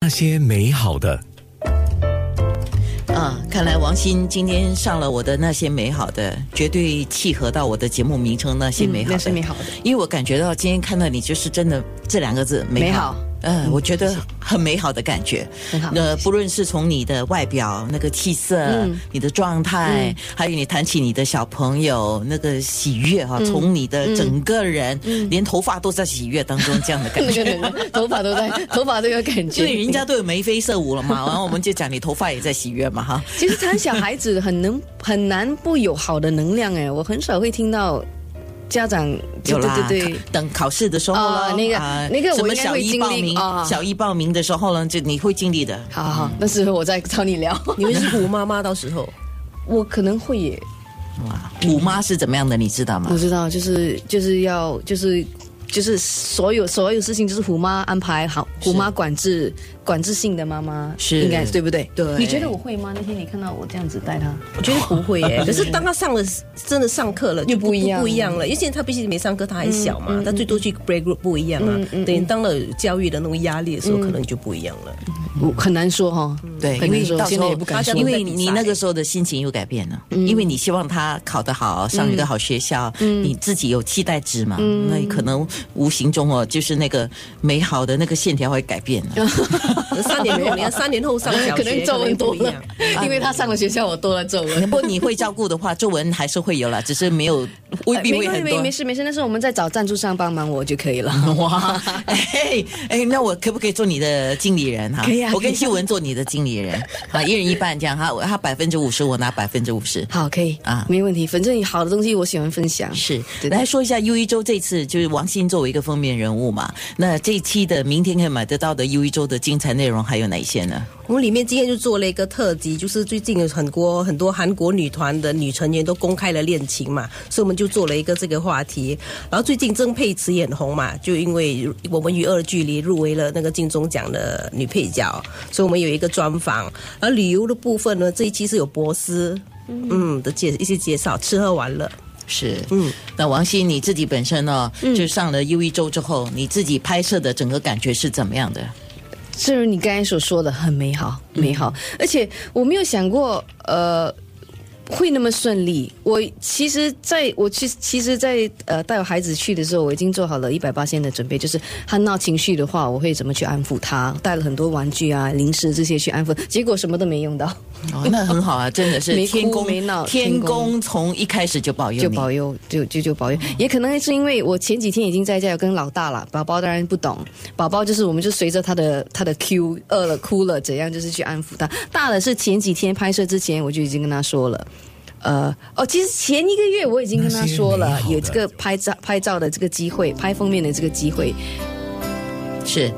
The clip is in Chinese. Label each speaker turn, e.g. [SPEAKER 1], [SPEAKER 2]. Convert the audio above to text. [SPEAKER 1] 那些美好的。
[SPEAKER 2] 啊，看来王鑫今天上了我的那些美好的，绝对契合到我的节目名称那些美好的。
[SPEAKER 3] 嗯那是美好的，
[SPEAKER 2] 因为我感觉到今天看到你，就是真的这两个字美
[SPEAKER 3] 美
[SPEAKER 2] 好
[SPEAKER 3] 好。
[SPEAKER 2] 嗯、我觉得
[SPEAKER 3] 谢谢
[SPEAKER 2] 很美好的感觉。
[SPEAKER 3] 很好
[SPEAKER 2] 呃，
[SPEAKER 3] 谢谢
[SPEAKER 2] 不论是从你的外表、那个气色、
[SPEAKER 3] 嗯
[SPEAKER 2] 你的状态，
[SPEAKER 3] 嗯
[SPEAKER 2] 还有你谈起你的小朋友那个喜悦
[SPEAKER 3] 嗯
[SPEAKER 2] 哈、从你的整个人，连头发都在喜悦当中，这样的感
[SPEAKER 3] 那
[SPEAKER 2] 觉。
[SPEAKER 3] 个人的头发都在，头发都有感觉。
[SPEAKER 2] 对，人家都有眉飞色舞了嘛，然后我们就讲你头发也在喜悦嘛哈。
[SPEAKER 3] 其实谈小孩子很能很难不有好的能量哎，我很少会听到家长
[SPEAKER 2] 有啦，
[SPEAKER 3] 对对对
[SPEAKER 2] 考等考试的时候了，
[SPEAKER 3] 啊那个
[SPEAKER 2] 啊
[SPEAKER 3] 那个
[SPEAKER 2] 什
[SPEAKER 3] 我
[SPEAKER 2] 么
[SPEAKER 3] 应该
[SPEAKER 2] 小
[SPEAKER 3] 会
[SPEAKER 2] 一
[SPEAKER 3] 经
[SPEAKER 2] 报
[SPEAKER 3] 历
[SPEAKER 2] 名
[SPEAKER 3] 啊，
[SPEAKER 2] 小一报名的时候呢，就你会经历的。
[SPEAKER 3] 好好好，那时候我再找你聊，
[SPEAKER 4] 你们是虎妈妈，到时候
[SPEAKER 3] 我可能会耶，
[SPEAKER 2] 哇，虎妈是怎么样的，你知道吗
[SPEAKER 3] 我？知道，就是就是要就是。就是所有所有事情，就是虎妈安排好，虎妈管制管制性的妈妈
[SPEAKER 2] 是
[SPEAKER 3] 应该对不对？
[SPEAKER 2] 对
[SPEAKER 3] 你觉得我会吗？那天你看到我这样子带她，我觉得不会 耶。
[SPEAKER 4] 可是当他上了真的上课了，就
[SPEAKER 3] 又不一样嗯
[SPEAKER 4] 不一样了。因为现在他毕竟没上课，他还小嘛，他最多去 play group 不一样啊。等你当了有教育的那种压力
[SPEAKER 3] 嗯
[SPEAKER 4] 的时候，可能就不一样 了。
[SPEAKER 3] 我很难说哈，
[SPEAKER 2] 对，
[SPEAKER 3] 很
[SPEAKER 2] 因为
[SPEAKER 3] 难说，
[SPEAKER 2] 到时
[SPEAKER 3] 现在
[SPEAKER 2] 候
[SPEAKER 3] 也不敢说嗯
[SPEAKER 2] 因。为你那个时候的心情又改变了，因为你希望他考得好，上一个好学校，你自己有期待值嘛，
[SPEAKER 3] 嗯
[SPEAKER 2] 那可能无形中哦，就是那个美好的那个线条会改变了。
[SPEAKER 4] 可能三年后，你看三年后上小
[SPEAKER 3] 可
[SPEAKER 4] 学，
[SPEAKER 3] 能皱纹
[SPEAKER 4] 不
[SPEAKER 3] 多
[SPEAKER 4] 一
[SPEAKER 3] 了
[SPEAKER 4] 样。，
[SPEAKER 3] 因为他上了学校，我多了皱纹。
[SPEAKER 2] 不过你会照顾的话，皱纹还是会有啦，只是没有未必
[SPEAKER 3] 没
[SPEAKER 2] 会很
[SPEAKER 3] 没
[SPEAKER 2] 多。
[SPEAKER 3] 没事没事，那时候我们在找赞助商帮忙我就可以了。
[SPEAKER 2] 哇，哎哎，那我可不可以做你的经理人哈？
[SPEAKER 3] 可以啊
[SPEAKER 2] 我
[SPEAKER 3] 可以
[SPEAKER 2] 跟
[SPEAKER 3] 啊
[SPEAKER 2] 秀文做你的经理人，啊，一人一半这样哈，我他百分之五十，我拿百分之五十。
[SPEAKER 3] 好，可以
[SPEAKER 2] 啊
[SPEAKER 3] 没问题。反正你好的东西我喜欢分享。
[SPEAKER 2] 是，
[SPEAKER 3] 对
[SPEAKER 2] 来说一下 U 一周这次就是王鑫作为一个封面人物嘛，那这一期的明天可以买得到的 U 一周的精彩内容还有哪一些呢？
[SPEAKER 4] 我们里面今天就做了一个特辑，就是最近有很多很多韩国女团的女成员都公开了恋情嘛，所以我们就做了一个这个话题。然后最近曾沛慈也很红嘛，就因为我们与恶的距离入围了那个金钟奖的女配角，所以我们有一个专访。而旅游的部分呢，这一期是有博斯。嗯的介一些介绍，吃喝玩乐，
[SPEAKER 2] 是，
[SPEAKER 4] 嗯，
[SPEAKER 2] 那王鑫你自己本身呢，
[SPEAKER 3] 嗯
[SPEAKER 2] 就上了 U 一周之后，你自己拍摄的整个感觉是怎么样的？
[SPEAKER 3] 正如你刚才所说的，很美好，美好。而且我没有想过，呃。会那么顺利？我其实在，我其其实在，呃带我孩子去的时候，我已经做好了一百八千的准备，就是他闹情绪的话，我会怎么去安抚他？带了很多玩具啊、零食这些去安抚，结果什么都没用到。
[SPEAKER 2] 哦，那很好啊，真的是
[SPEAKER 3] 没哭
[SPEAKER 2] 天公
[SPEAKER 3] 没闹
[SPEAKER 2] 天
[SPEAKER 3] 天公
[SPEAKER 2] 公从一开始就保佑
[SPEAKER 3] 就
[SPEAKER 2] 你。
[SPEAKER 3] 保佑，就就就保佑。也可能是因为我前几天已经在家有跟老大了，宝宝当然不懂，宝宝就是我们就随着他的他的 Q，饿了哭了怎样，就是去安抚他。大的是前几天拍摄之前我就已经跟他说了。呃，哦，其实前一个月我已经跟他说
[SPEAKER 1] 那
[SPEAKER 3] 了
[SPEAKER 1] 是美好，的
[SPEAKER 3] 有这个拍照拍照的这个机会，拍封面的这个机会，
[SPEAKER 2] 是，